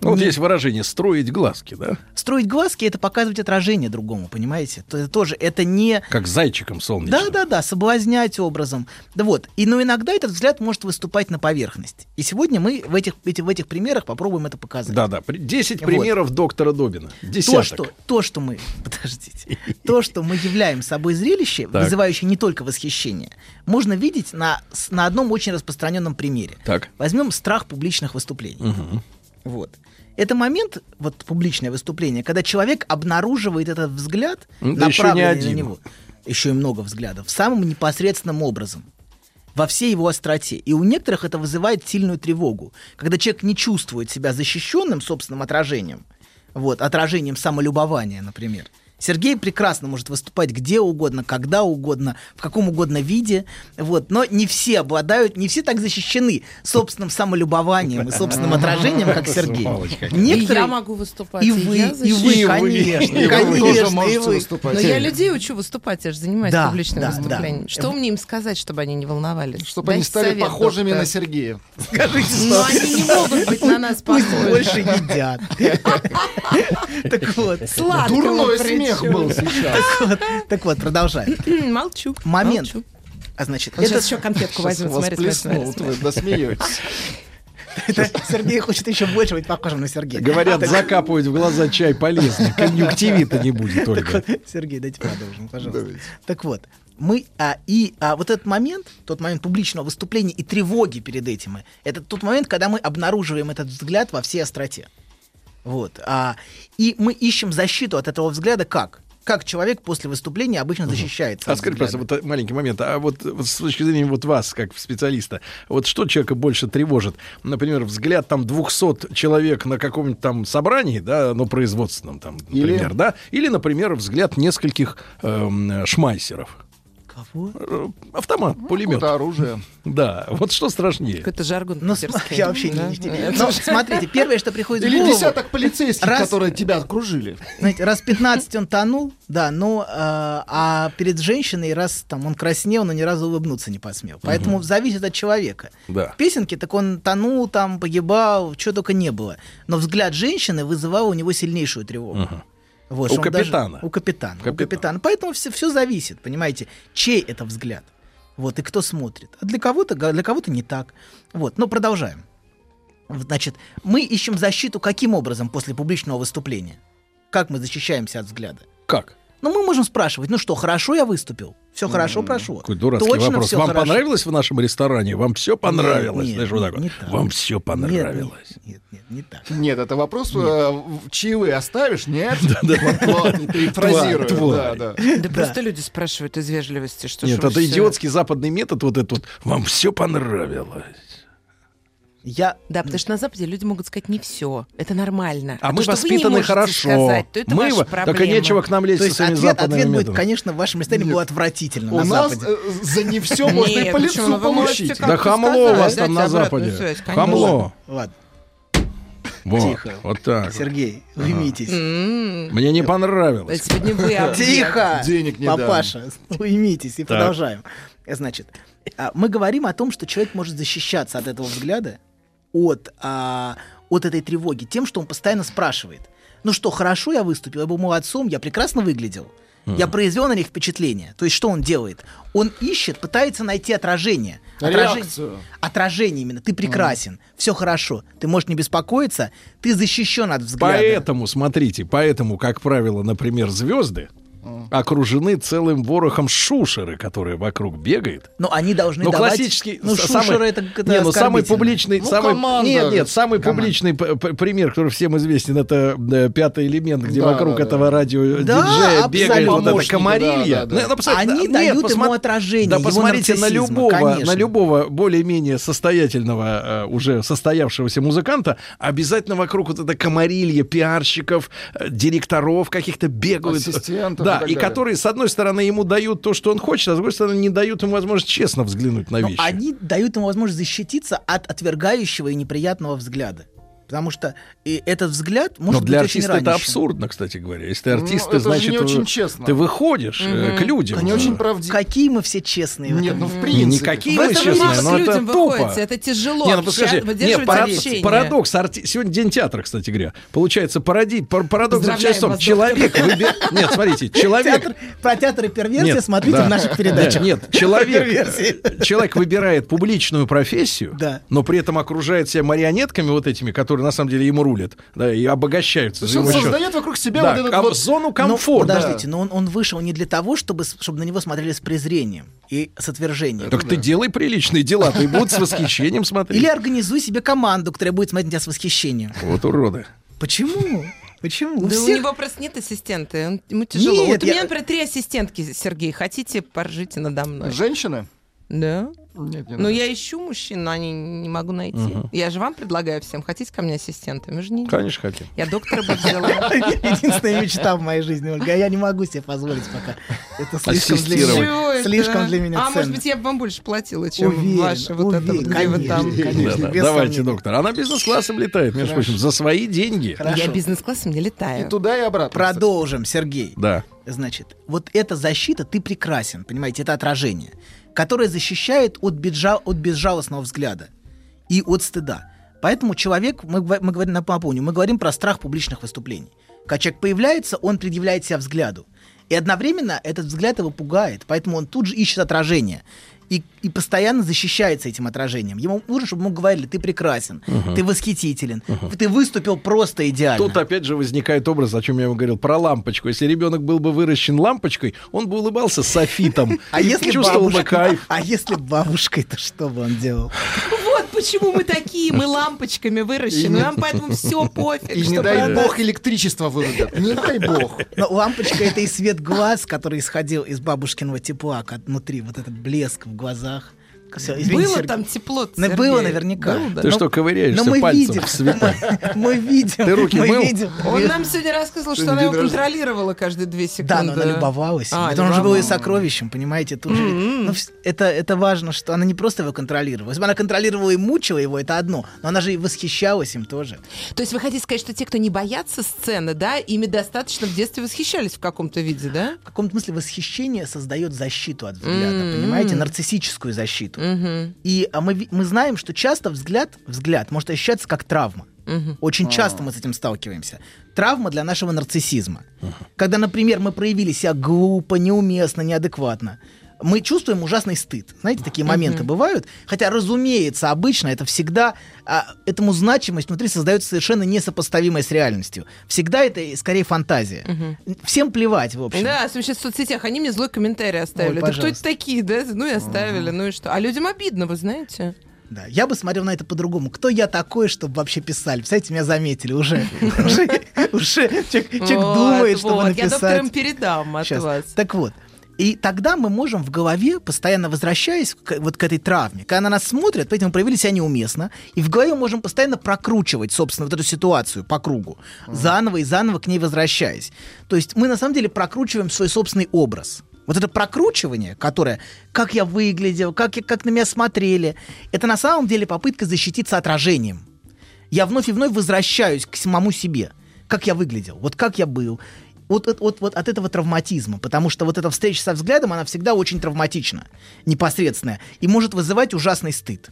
S3: Ну, Вот
S4: не-
S3: есть выражение «строить глазки», да?
S4: Строить глазки — это показывать отражение другому, понимаете? То- Это тоже, это не...
S3: Как зайчиком солнечным.
S4: Да-да-да, соблазнять образом. Да вот. И, но иногда этот взгляд может выступать на поверхность. И сегодня мы в этих, эти- в этих примерах попробуем это показать.
S3: Да-да. При- 10
S4: Вот.
S3: примеров доктора Добина.
S4: то,
S3: Десяток.
S4: что, то, что мы, подождите, то, что мы являем собой зрелище,
S3: Так.
S4: вызывающее не только восхищение, можно видеть на, с- на одном очень распространенном примере.
S3: Так.
S4: Возьмем страх публичных выступлений. Вот. Это момент, вот публичное выступление, когда человек обнаруживает этот взгляд,
S3: М, Ну, да еще не
S4: направленный на
S3: один.
S4: него, еще и много взглядов, самым непосредственным образом во всей его остроте. И у некоторых это вызывает сильную тревогу, когда человек не чувствует себя защищенным собственным отражением, вот, отражением самолюбования, например. Сергей прекрасно может выступать где угодно, когда угодно, в каком угодно виде, вот, но не все обладают, не все так защищены собственным самолюбованием и собственным отражением, как Сергей.
S6: И я
S4: Некоторые-
S6: могу выступать.
S4: и вы, и
S6: защищена.
S4: вы, конечно,
S5: И вы тоже
S4: конечно, и
S5: можете
S4: вы.
S5: выступать.
S6: Но я людей учу выступать, я же занимаюсь
S4: Да,
S6: публичным
S4: да,
S6: выступлением.
S4: да.
S6: Что мне им сказать, чтобы они не волновались?
S5: Чтобы
S6: Дайте
S5: они стали
S6: совет,
S5: похожими
S6: доктор.
S5: на Сергея.
S4: Скажите,
S6: Но
S4: что
S6: Ну, они не могут быть на нас
S4: пусть
S6: похожи.
S4: больше едят. Так вот,
S6: Сладкого
S5: Дурной
S6: причем.
S5: смех был сейчас.
S4: так вот, так вот, продолжаем.
S6: Хм, Молчу.
S4: Момент.
S6: молчу.
S4: А значит,
S6: Он
S4: это,
S6: сейчас еще конфетку
S5: Сейчас
S6: возьмет.
S5: вас
S6: Смотри, смотри,
S5: плеснул,
S6: смотри.
S5: вы досмеетесь.
S4: это Сергей хочет еще больше быть похожим на Сергея.
S3: Говорят, закапывать в глаза чай полезно. Конъюнктивита не будет, Ольга.
S4: Так вот, Сергей, дайте продолжим, пожалуйста. Так вот, мы, а, и а, вот этот момент, тот момент публичного выступления и тревоги перед этим, это тот момент, когда мы обнаруживаем этот взгляд во всей остроте. Вот. А, и мы ищем защиту от этого взгляда как? Как человек после выступления обычно защищается?
S3: А
S4: от
S3: скажите,
S4: взгляда?
S3: просто вот э, маленький момент. А вот э, вот с точки зрения вот вас, как специалиста, вот что человека больше тревожит? Например, взгляд там 200 человек на каком-нибудь там собрании, да, ну, производственном там,
S5: Или-
S3: например, да? Или, например, взгляд нескольких эм, э, шмайсеров?
S4: Кого?
S3: Э, Автомат,
S4: Ну,
S3: пулемет.
S5: Это оружие.
S3: Да, вот что страшнее?
S6: Какой-то жаргон
S4: Ну, см-
S6: питерский.
S4: я вообще
S6: Да.
S4: не... не- Но смотрите, первое, что приходит в
S5: Или
S4: голову...
S5: десяток полицейских,
S4: Раз-
S5: которые тебя окружили.
S4: Знаете, раз 15 он тонул, да, но э, а перед женщиной раз там он краснел, но ни разу улыбнуться не посмел. Поэтому зависит от человека.
S3: Да.
S4: В песенке так он тонул, там погибал, чего только не было. Но взгляд женщины вызывал у него сильнейшую тревогу. Вот,
S3: У
S4: что он даже-
S3: капитана.
S4: у капитана. У
S3: Капитан.
S4: капитана. Поэтому все, все зависит, понимаете, чей это взгляд. Вот, и кто смотрит. А для кого-то, га- для кого-то не так. Вот, но продолжаем. Значит, мы ищем защиту каким образом после публичного выступления? Как мы защищаемся от взгляда?
S3: Как?
S4: Ну, мы можем спрашивать, ну что, хорошо я выступил? Все хорошо прошло?
S3: Какой дурацкий
S4: Точно
S3: вопрос.
S4: всё
S3: Вам
S4: хорошо?
S3: понравилось в нашем ресторане? Вам все понравилось?
S4: нет,
S3: Знаешь, вот так вот.
S4: не так.
S3: Вам все
S4: Нет,
S3: понравилось.
S4: Нет, нет, нет, не так.
S5: Нет, это вопрос, э, в- чаевые оставишь? Нет?
S3: да.
S5: Ладно, перефразирую.
S3: Тварь, тварь.
S5: Да, да.
S6: Да просто люди спрашивают из вежливости, что ж
S3: Нет,
S6: вы
S3: это
S6: всё-
S3: идиотский западный метод, вот этот вот. Вам все понравилось.
S4: Я...
S6: Да, потому что на Западе люди могут сказать не все. Это нормально.
S3: А,
S6: то,
S3: мы
S6: что вы не
S3: воспитаны
S6: можете
S3: хорошо.
S6: сказать, то это
S3: мы
S6: ваша
S3: его- Так и
S6: проблема.
S3: нечего к нам лезть
S4: То
S3: со
S4: есть
S3: своими
S4: ответ,
S3: западными
S4: ответ будет,
S3: методами.
S4: конечно, в вашем ресторане
S5: Нет.
S4: был отвратительным
S5: У
S4: на
S5: нас
S4: Западе.
S5: э, за не все можно и
S6: Нет,
S5: по
S6: почему? Ну,
S5: лицу
S6: вы можете
S5: получить.
S6: как-то
S3: Да хамло у
S6: сказать,
S3: вас там
S6: дать
S3: на
S6: обратную
S3: Западе.
S6: связь, конечно.
S3: Хамло.
S4: Ладно,
S3: Вот,
S4: Тихо.
S3: вот так. вот.
S4: Сергей, уймитесь.
S6: М,
S3: Мне не понравилось.
S6: Сегодня вы об-
S4: Тихо!
S5: Денег не дам.
S4: Папаша, уймитесь и продолжаем. Значит, а, мы говорим о том, что человек может защищаться от этого взгляда, от, а, от этой тревоги, тем, что он постоянно спрашивает. Ну что, хорошо я выступил, я был молодцом, я прекрасно выглядел. Я произвел на них впечатление. То есть что он делает? Он ищет, пытается найти отражение. Отражение-
S5: Реакцию.
S4: Отражение именно. Ты прекрасен, все хорошо, ты можешь не беспокоиться, ты защищен от взгляда.
S3: Поэтому, смотрите, поэтому, как правило, например, звезды окружены целым ворохом шушеры, которые вокруг бегает.
S4: Но они должны
S3: Ну,
S4: давать...
S3: классический...
S4: Ну,
S3: с-
S4: шушеры это, это
S3: не, ну, самый
S4: оскорбительно.
S3: публичный...
S5: Ну,
S3: самый,
S5: команда.
S3: Нет, нет, самый
S5: Команда.
S3: публичный п- п- пример, который всем известен, это э, «Пятый элемент», где
S5: Да,
S3: вокруг
S5: да, да.
S3: этого радио
S4: Да,
S3: диджея бегает вот эта
S5: абсолютно.
S3: комарилья.
S5: Да, да, да.
S3: Ну, ну, посмотри,
S4: Они
S3: да, нет,
S4: дают ему
S3: посмотри-
S4: отражение.
S3: Да
S4: его
S3: посмотрите на
S4: нарциссизма,
S3: любого,
S4: конечно.
S3: на любого более-менее состоятельного, э, уже состоявшегося музыканта, обязательно вокруг вот это комарилье пиарщиков, э, директоров каких-то бегают.
S5: Ассистентов
S3: Да,
S5: и так
S3: и
S5: далее.
S3: которые, с одной стороны, ему дают то, что он хочет, а с другой стороны, не дают ему возможность честно взглянуть на
S4: Но
S3: вещи.
S4: Ну, они дают ему возможность защититься от отвергающего и неприятного взгляда. Потому что и этот взгляд может
S3: Но для
S4: быть очень
S3: артиста это
S4: ранящим.
S3: абсурдно, кстати говоря. Если ты
S5: Ну,
S3: артист,
S5: это
S3: ты,
S5: же
S3: значит,
S5: не
S3: э,
S5: очень честно.
S3: ты выходишь э, к людям.
S5: Не очень
S3: Э,
S5: правдиво.
S4: Какие мы все честные в
S5: Нет,
S4: этом
S5: ну в
S4: мире.
S5: принципе.
S3: Никакие
S6: В
S3: мы
S6: этом мало
S3: честные,
S6: к
S3: но Ну, это
S6: людям
S3: тупо.
S6: выходите, это тяжело.
S3: Не, ну подскажи,
S6: общаться,
S3: не,
S6: выдерживать
S3: парад-
S6: общение.
S3: парадокс. арти- Сегодня день театра, кстати говоря. Получается, паради... пар- парадокс
S6: Поздравляем
S3: заключается в том,
S6: вас,
S3: человек... выбе- Нет, смотрите, человек...
S4: Театр- про театр и перверсия
S3: Нет,
S4: смотрите
S3: да.
S4: в наших передачах.
S3: Нет, человек,
S4: Версии.
S3: э, человек выбирает публичную профессию,
S4: Да.
S3: но при этом окружает себя марионетками вот этими, которые на самом деле ему рулят, да, и обогащаются. за
S5: Он
S3: его счет.
S5: создает вокруг себя
S3: Да,
S5: вот этот
S3: ком-
S5: вот...
S3: зону
S4: Ну,
S3: комфорта.
S4: подождите, но он, он вышел не для того, чтобы, с- чтобы на него смотрели с презрением и с отвержением.
S3: Так ты делай приличные дела, ты будут с восхищением смотреть.
S4: Или организуй себе команду, которая будет смотреть на тебя с восхищением.
S3: Вот уроды.
S4: Почему? Почему? У
S6: Да у
S4: всех-
S6: него просто нет ассистента, и он- ему тяжело.
S4: Ну, Нет,
S6: вот у меня,
S4: я-
S6: например, три ассистентки, Сергей. Хотите, поржите надо мной?
S5: Женщины?
S6: Да.
S5: Нет, не
S6: Но
S5: надо.
S6: я ищу мужчин, но они не могу найти. Я же вам предлагаю всем. Хотите ко мне ассистентами? Же не...
S3: Конечно, хотим.
S6: Я доктора бы взяла.
S4: Единственная мечта в моей жизни, Ольга. А Я не могу себе позволить пока. Это слишком для
S3: Ассистировать.
S4: меня.
S6: Чего это?
S4: Слишком для меня
S6: А может
S4: ценно.
S6: быть, я бы вам больше платила, чем
S4: Уверен,
S6: ваша вот это
S4: уверен,
S6: вот, где вы там.
S4: конечно.
S3: Да-да.
S4: без
S3: Давайте,
S4: сомнений.
S3: доктор. Она бизнес-классом летает, между прочим, за свои деньги.
S6: Я
S4: Хорошо.
S6: бизнес-классом не
S5: И
S6: летаю.
S5: туда, и обратно. кстати.
S4: Продолжим, Сергей.
S3: Да.
S4: Значит, вот эта защита, ты прекрасен, понимаете, это отражение, которое защищает от, беджа- от безжалостного взгляда и от стыда. Поэтому человек, мы, гва- мы говорим, напомню, мы говорим про страх публичных выступлений. Когда человек появляется, он предъявляет себя взгляду. И одновременно этот взгляд его пугает, поэтому он тут же ищет отражение. и, и постоянно защищается этим отражением. Ему нужно, чтобы ему говорили, ты прекрасен, ты восхитителен, ты выступил просто идеально.
S3: Тут опять же возникает образ, о чем я вам говорил, про лампочку. Если ребенок был бы выращен лампочкой, он бы улыбался софитом.
S4: а
S3: и
S4: если
S3: чувствовал бы
S4: бабушка-
S3: кайф.
S4: А если бабушкой, то что бы он делал?
S6: Вот почему мы такие, мы лампочками выращены, нам поэтому все пофиг.
S5: И не
S6: Э, что
S5: дай
S6: правда.
S5: бог электричество вырубят. Не дай бог.
S4: Но Ну, лампочка это и свет глаз, который исходил из бабушкиного тепла, как внутри вот этот блеск в глазах. Всё, извините,
S6: Было
S4: Сергей.
S6: там тепло,
S4: Ну,
S6: Сергей?
S4: было наверняка.
S6: Было, да.
S3: Ты
S4: Но-
S3: что, ковыряешься
S4: но мы
S3: пальцем
S4: видим.
S3: в цветах?
S4: Мы видим.
S3: Ты руки
S4: мы
S3: мыл?
S4: видим.
S6: Он нам сегодня рассказывал, что она
S5: День
S6: его
S5: рождения.
S6: контролировала каждые две секунды.
S4: Да, но она любовалась. им.
S6: А,
S4: это уже было и
S6: любовалась. М-м.
S4: сокровищем, понимаете? Тут же... Ну, вс- это, это важно, что она не просто его контролировала. Если бы она контролировала и мучила его, это одно. Но она же и восхищалась им тоже.
S6: То есть вы хотите сказать, что те, кто не боятся сцены, да, ими достаточно в детстве восхищались в каком-то виде, да?
S4: В каком-то смысле восхищение создает защиту от взгляда,
S6: М,
S4: понимаете?
S6: м.
S4: Нарциссическую защиту.
S6: М-м. Мгм,
S4: И а мы, ви- мы знаем, что часто взгляд, взгляд может ощущаться как травма.
S6: мгм.
S4: Очень часто мы с этим сталкиваемся. Травма для нашего нарциссизма. Когда, например, мы проявили себя глупо, неуместно, неадекватно. Мы чувствуем ужасный стыд. Знаете, такие моменты бывают. Хотя, разумеется, обычно это всегда... а, этому значимость внутри создается совершенно несопоставимая с реальностью. Всегда это э, скорее фантазия. Всем плевать, в общем.
S6: Да, особенно сейчас в соцсетях они мне злой комментарий
S4: Ой,
S6: оставили. Да кто это
S4: пожалуйста.
S6: такие, да? Ну и оставили, ну и что? А людям обидно, вы знаете.
S4: Да, я бы смотрел на это по-другому. Кто я такой, чтобы вообще писали? Представляете, меня заметили уже. Уже, уже человек человек
S6: Вот,
S4: думает, чтобы
S6: вот, Я докторам
S4: написать.
S6: передам от
S4: Щас.
S6: вас.
S4: Так вот. И тогда мы можем в голове, постоянно возвращаясь к, вот к этой травме, когда на нас смотрят, поэтому проявили себя неуместно, и в голове мы можем постоянно прокручивать, собственно, вот эту ситуацию по кругу, заново и заново к ней возвращаясь. То есть мы на самом деле прокручиваем свой собственный образ. Вот это прокручивание, которое, как я выглядел, как, я, как на меня смотрели, это на самом деле попытка защититься отражением. Я вновь и вновь возвращаюсь к самому себе. Как я выглядел, вот как я был. Вот, от- от- вот от этого травматизма, потому что вот эта встреча со взглядом, она всегда очень травматична, непосредственная, и может вызывать ужасный стыд.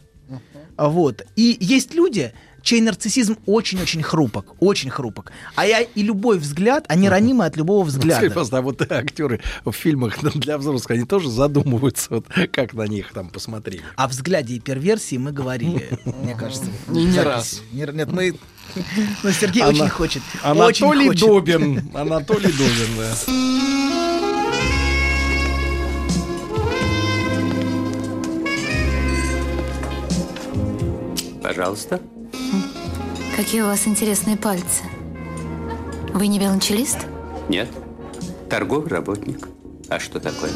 S4: Вот. И есть люди, чей нарциссизм очень-очень хрупок, очень хрупок. А я и любой взгляд, они ранимы от
S5: Ну,
S4: любого
S3: Скажи,
S4: взгляда.
S3: пожалуйста, а вот актеры в фильмах ну, для взрослых, они тоже задумываются, вот, как на них там посмотрели.
S4: О взгляде и перверсии мы говорили, мне кажется.
S5: Не- не
S4: в записи.
S5: раз.
S4: Не- Нет, мы... Но Сергей
S3: Ана-
S4: очень хочет. очень
S3: Анатолий
S4: хочет.
S3: Добин. Анатолий Добин, да.
S7: Пожалуйста.
S1: Какие у вас интересные пальцы. Вы не велончелист?
S7: Нет. Торговый работник. А что такое?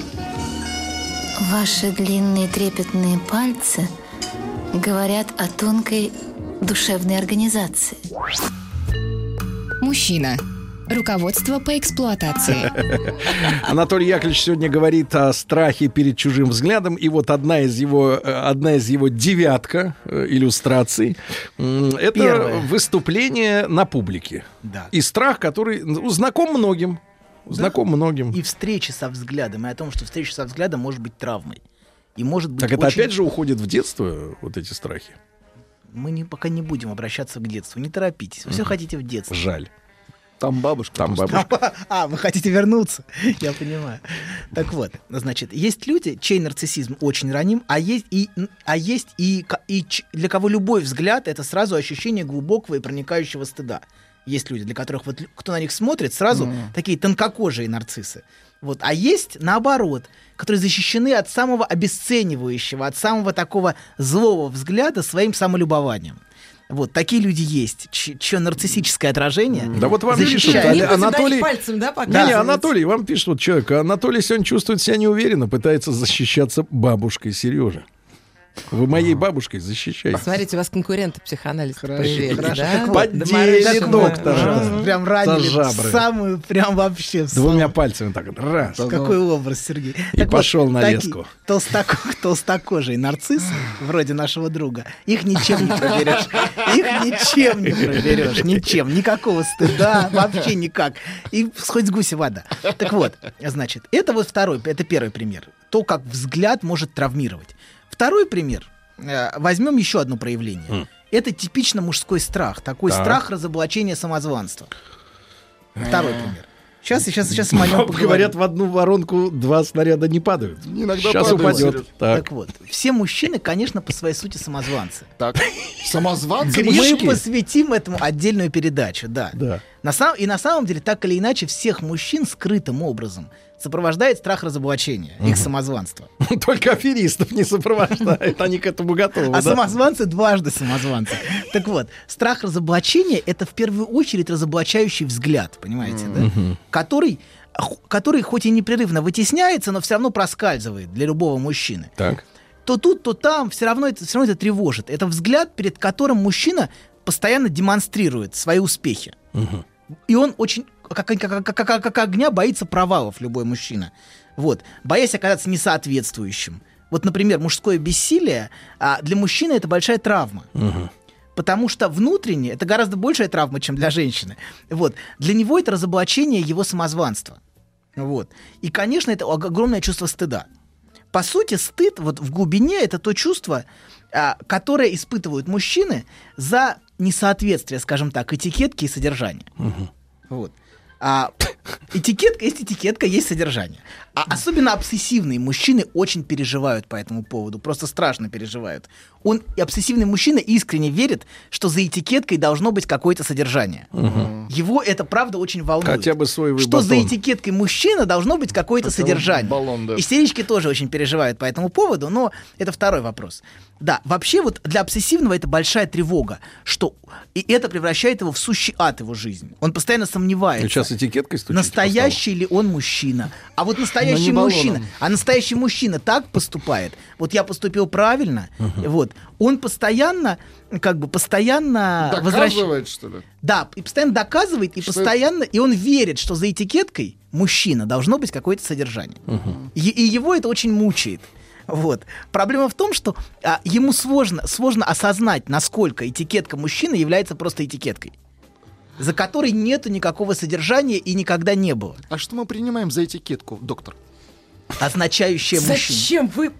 S1: Ваши длинные трепетные пальцы говорят о тонкой душевной организации.
S2: Мужчина. Руководство по эксплуатации.
S3: Анатолий Яковлевич сегодня говорит о страхе перед чужим взглядом, и вот одна из его, э, одна из его девятка э, иллюстраций м, это
S4: Первое.
S3: выступление на публике.
S4: Да.
S3: И страх, который ну, знаком многим. Знаком многим.
S4: и встречи со взглядом, и о том, что встреча со взглядом может быть травмой. И может быть
S3: Так это
S4: очень-
S3: опять же уходит в детство, э, вот эти страхи.
S4: Мы не, пока не будем обращаться к детству. Не торопитесь. Вы все хотите в детство.
S3: Жаль.
S5: Там бабушка.
S3: Там бабушка.
S4: А, вы хотите вернуться? Я понимаю. Так вот, значит, есть люди, чей нарциссизм очень раним, а есть и, а есть и, к- и ч- для кого любой взгляд — это сразу ощущение глубокого и проникающего стыда. Есть люди, для которых вот лю- кто на них смотрит, сразу
S3: Ну.
S4: такие тонкокожие нарциссы. Вот. А есть, наоборот, которые защищены от самого обесценивающего, от самого такого злого взгляда своим самолюбованием. Вот, такие люди есть, чье нарциссическое отражение
S3: Да вот вам и пишут,
S4: защищает.
S3: Али-
S6: Они позадали
S3: Анатолий-
S6: пальцем, да,
S3: Не, не,
S6: показывают?
S3: Анатолий, вам пишет вот человек. Анатолий сегодня чувствует себя неуверенно, пытается защищаться бабушкой Сережа. Вы моей бабушкой защищаетесь.
S6: Смотрите, у вас конкуренты психанализ
S4: Хорошо,
S6: появились,
S4: хорошо.
S6: да?
S4: Так вот,
S3: Поддели
S6: Доморощенные.
S3: доктора.
S4: Пожалуйста, Прям ранили
S3: За жабры.
S4: самую, прям вообще. в самую-
S3: Двумя пальцами так вот. Раз.
S4: Какой образ, Сергей.
S3: И пошел на
S4: таки-
S3: леску.
S4: толстоко- толстокожие нарциссы, вроде нашего друга, их ничем не проберешь. Их ничем не проберешь. Ничем. Никакого стыда. Вообще никак. И хоть с гуся вода. Так вот, значит, это вот второй, это первый пример. То, как взгляд может травмировать. Второй пример. Э, Возьмем еще одно проявление. Это типично мужской страх. Такой
S3: Хм. Так.
S4: страх разоблачения самозванства. Второй пример. Сейчас, сейчас, сейчас с Малем поговорим.
S8: Говорят, в одну воронку два снаряда не падают.
S5: Иногда
S3: Сейчас
S5: падают.
S3: упадет. Так.
S4: Так вот, все мужчины, конечно, по своей сути самозванцы.
S5: Так, самозванцы
S4: Мы
S5: мужики.
S4: посвятим этому отдельную передачу, да.
S8: Да.
S4: На сам- и на самом деле, так или иначе, всех мужчин скрытым образом сопровождает страх разоблачения, их самозванство.
S8: Ну Только аферистов не сопровождает. Они к этому готовы. да.
S4: А самозванцы дважды самозванцы. Так вот, страх разоблачения — это в первую очередь разоблачающий взгляд, понимаете, да? Который, ху- который хоть и непрерывно вытесняется, но все равно проскальзывает для любого мужчины.
S3: Так.
S4: то тут, то там, все равно это, все равно это тревожит. Это взгляд, перед которым мужчина постоянно демонстрирует свои успехи. И он очень, как, как- как- как- как огня, боится провалов, любой мужчина. Вот. Боясь оказаться несоответствующим. Вот, например, мужское бессилие а, для мужчины это большая травма. Потому что внутренне это гораздо большая травма, чем для женщины. Вот. Для него это разоблачение его самозванства. Вот. И, конечно, это ог- огромное чувство стыда. По сути, стыд вот в глубине это то чувство, а, которое испытывают мужчины за несоответствие, скажем так, этикетки и содержания. Вот. А, этикетка есть этикетка, есть содержание. А особенно обсессивные мужчины очень переживают по этому поводу, просто страшно переживают. Он и обсессивный мужчина искренне верит, что за этикеткой должно быть какое-то содержание. Его это правда очень волнует.
S3: Хотя бы соевый
S4: Что за
S3: батон.
S4: этикеткой мужчина должно быть какое-то содержание.
S5: баллон, да.
S4: Истерички тоже очень переживают по этому поводу, но это второй вопрос. Да, вообще вот для обсессивного это большая тревога, что и это превращает его в сущий ад его жизни. Он постоянно
S5: Ну,
S4: сомневается.
S3: Сейчас этикеткой стучите.
S4: Настоящий ли он мужчина? А вот настоящий
S5: баллоном.
S4: мужчина, а настоящий мужчина так поступает. Вот я поступил правильно, вот. Он постоянно, как бы постоянно возвращается.
S5: Доказывает, что ли?
S4: Да, и постоянно доказывает, и
S5: Что
S4: постоянно, и он верит, что за этикеткой мужчина должно быть какое-то содержание. И, и его это очень мучает. Вот. Проблема в том, что а, ему сложно, сложно осознать, насколько этикетка мужчины является просто этикеткой, за которой нету никакого содержания и никогда не было,
S5: А что мы принимаем за этикетку, доктор?
S4: означающая мужчина.
S6: Зачем вы?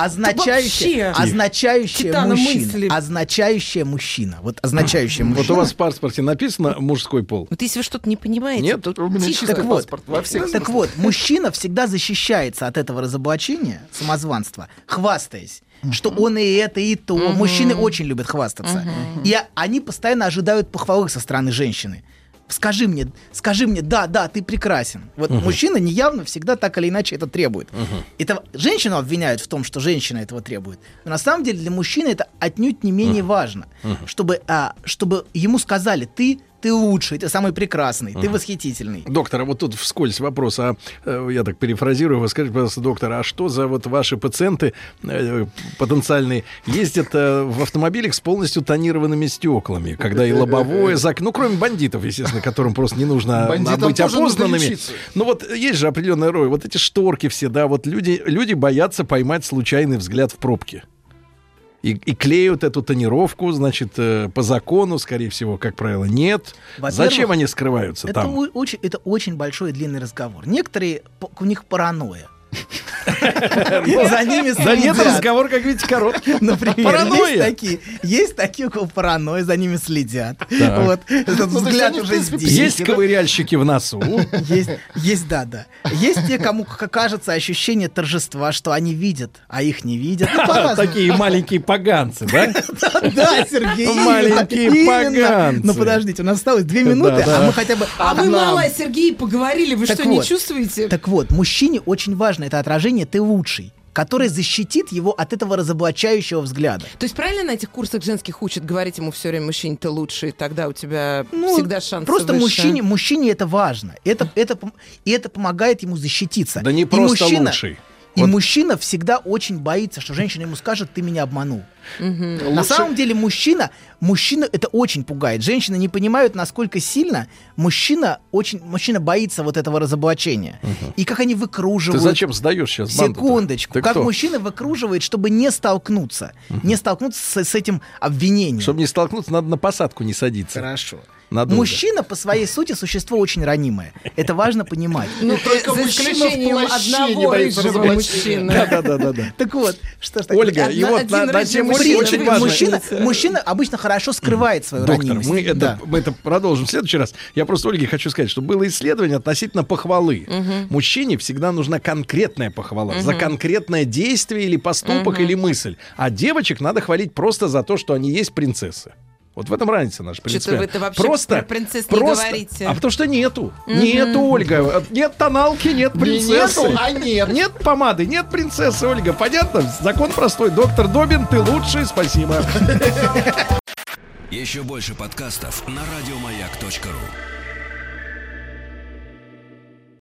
S4: Означающая,
S6: вообще?
S4: означающая
S6: Титана мысли.
S4: мужчина. Означающая мужчина. Вот означающая
S3: Вот
S4: мужчина.
S3: у вас в паспорте написано мужской пол.
S6: Вот если вы что-то не понимаете,
S3: Нет,
S6: то
S5: У меня
S6: тихо.
S5: чистый
S4: Так вот.
S5: паспорт во всех
S4: Так вот, мужчина всегда защищается от этого разоблачения, самозванства, хвастаясь, что он и это, и то. Мужчины очень любят хвастаться. И а- они постоянно ожидают похвалы со стороны женщины. Скажи мне, скажи мне, да, да, ты прекрасен. Вот мужчина неявно всегда так или иначе это требует. Это женщину обвиняют в том, что женщина этого требует. Но на самом деле для мужчины это отнюдь не менее важно, чтобы, а, чтобы ему сказали, ты, ты лучший, ты самый прекрасный, ты восхитительный.
S3: Доктор, а вот тут вскользь вопрос, а э, я так перефразирую его, скажите, пожалуйста, доктор, а что за вот ваши пациенты э, потенциальные ездят э, в автомобилях с полностью тонированными стеклами,
S5: Э,
S3: когда и лобовое, зак... ну кроме бандитов, естественно, которым просто не нужно
S5: Бандитам
S3: быть
S5: тоже нужно
S3: опознанными.
S5: лечиться.
S3: Ну вот есть же определенная роль, вот эти шторки все, да, вот люди, люди боятся поймать случайный взгляд в пробке. И, и клеют эту тонировку, значит, э, по закону, скорее всего, как правило, нет.
S4: Во-первых,
S3: Зачем они скрываются
S4: Это,
S3: там?
S4: о- очень, это очень большой и длинный разговор. Некоторые, п- у них паранойя. За ними
S8: Да нет,
S4: следят.
S8: разговор, как видите, короткий.
S4: Например, есть
S3: Паранойя.
S4: такие, есть такие, у кого паранойя, за ними следят.
S3: Так.
S4: Вот, этот
S5: Ну, то есть
S4: взгляд
S5: они, в
S4: уже
S5: принципе,
S4: здесь.
S3: Есть ковыряльщики в носу.
S4: Есть, есть, да, да. Есть те, кому к- кажется ощущение торжества, что они видят, а их не видят. Ну, по-разному.
S8: Такие маленькие поганцы, да?
S4: Да, Сергей, именно,
S3: Маленькие
S4: именно.
S3: поганцы.
S4: Ну, подождите, у нас осталось две минуты,
S8: да.
S4: а мы хотя бы...
S9: А вы
S4: одна-
S9: мало о Сергее поговорили, вы
S4: Так
S9: что,
S4: вот.
S9: не чувствуете?
S4: Так вот, мужчине очень важно это отражение «ты лучший», которое защитит его от этого разоблачающего взгляда.
S6: То есть правильно на этих курсах женских учат говорить ему все время мужчине ты лучше, и тогда у тебя
S4: Ну,
S6: всегда шанс
S4: Просто мужчине, мужчине это важно. Это, это, пом- и это помогает ему защититься.
S3: Да не
S4: И
S3: просто
S4: мужчина-
S3: лучший.
S4: И
S3: Вот.
S4: мужчина всегда очень боится, что женщина ему скажет, ты меня обманул. На
S5: Лучше-
S4: самом деле мужчина, мужчина это очень пугает. Женщины не понимают, насколько сильно мужчина очень, мужчина боится вот этого разоблачения. И как они
S3: Ты
S4: выкруживают.
S3: зачем сдаешь сейчас банду-то?
S4: Секундочку.
S3: Ты
S4: как
S3: кто?
S4: мужчина выкруживает, чтобы не столкнуться, не столкнуться с, с этим обвинением.
S3: Чтобы не столкнуться, надо на посадку не садиться.
S4: Хорошо.
S3: Надолго.
S4: Мужчина по своей сути существо очень ранимое. Это важно понимать.
S9: Ну,
S5: только
S9: за
S5: мужчина в
S9: исключением
S5: плаще не
S9: одного
S5: боится
S9: рыжего
S5: разоблачения.
S6: мужчина.
S8: Да, да, да, да.
S4: Так вот, что ж такое? А,
S8: Ольга, и
S9: Одна-
S8: вот
S9: один
S8: на, на
S9: раз
S8: тему
S9: же
S8: очень,
S9: мужчина
S8: очень
S9: вы-
S8: важно.
S4: мужчина, мужчина обычно хорошо скрывает свою
S3: Доктор,
S4: ранимость.
S3: мы это,
S4: Да.
S3: мы это продолжим в следующий раз. Я просто Ольге хочу сказать, что было исследование относительно похвалы. Мужчине всегда нужна конкретная похвала за конкретное действие или поступок или мысль. А девочек надо хвалить просто за то, что они есть принцессы. Вот в этом разница наша принципиально.
S9: вы-то вообще про принцесс не говорите.
S3: А потому что нету. Нету, Ольга. Нет тоналки, нет принцессы.
S5: Нету, а нет.
S3: Нет помады, нет принцессы, Ольга. Понятно? Закон простой. Доктор Добин, ты лучший, спасибо.
S10: Еще больше подкастов на радиомаяк.ру.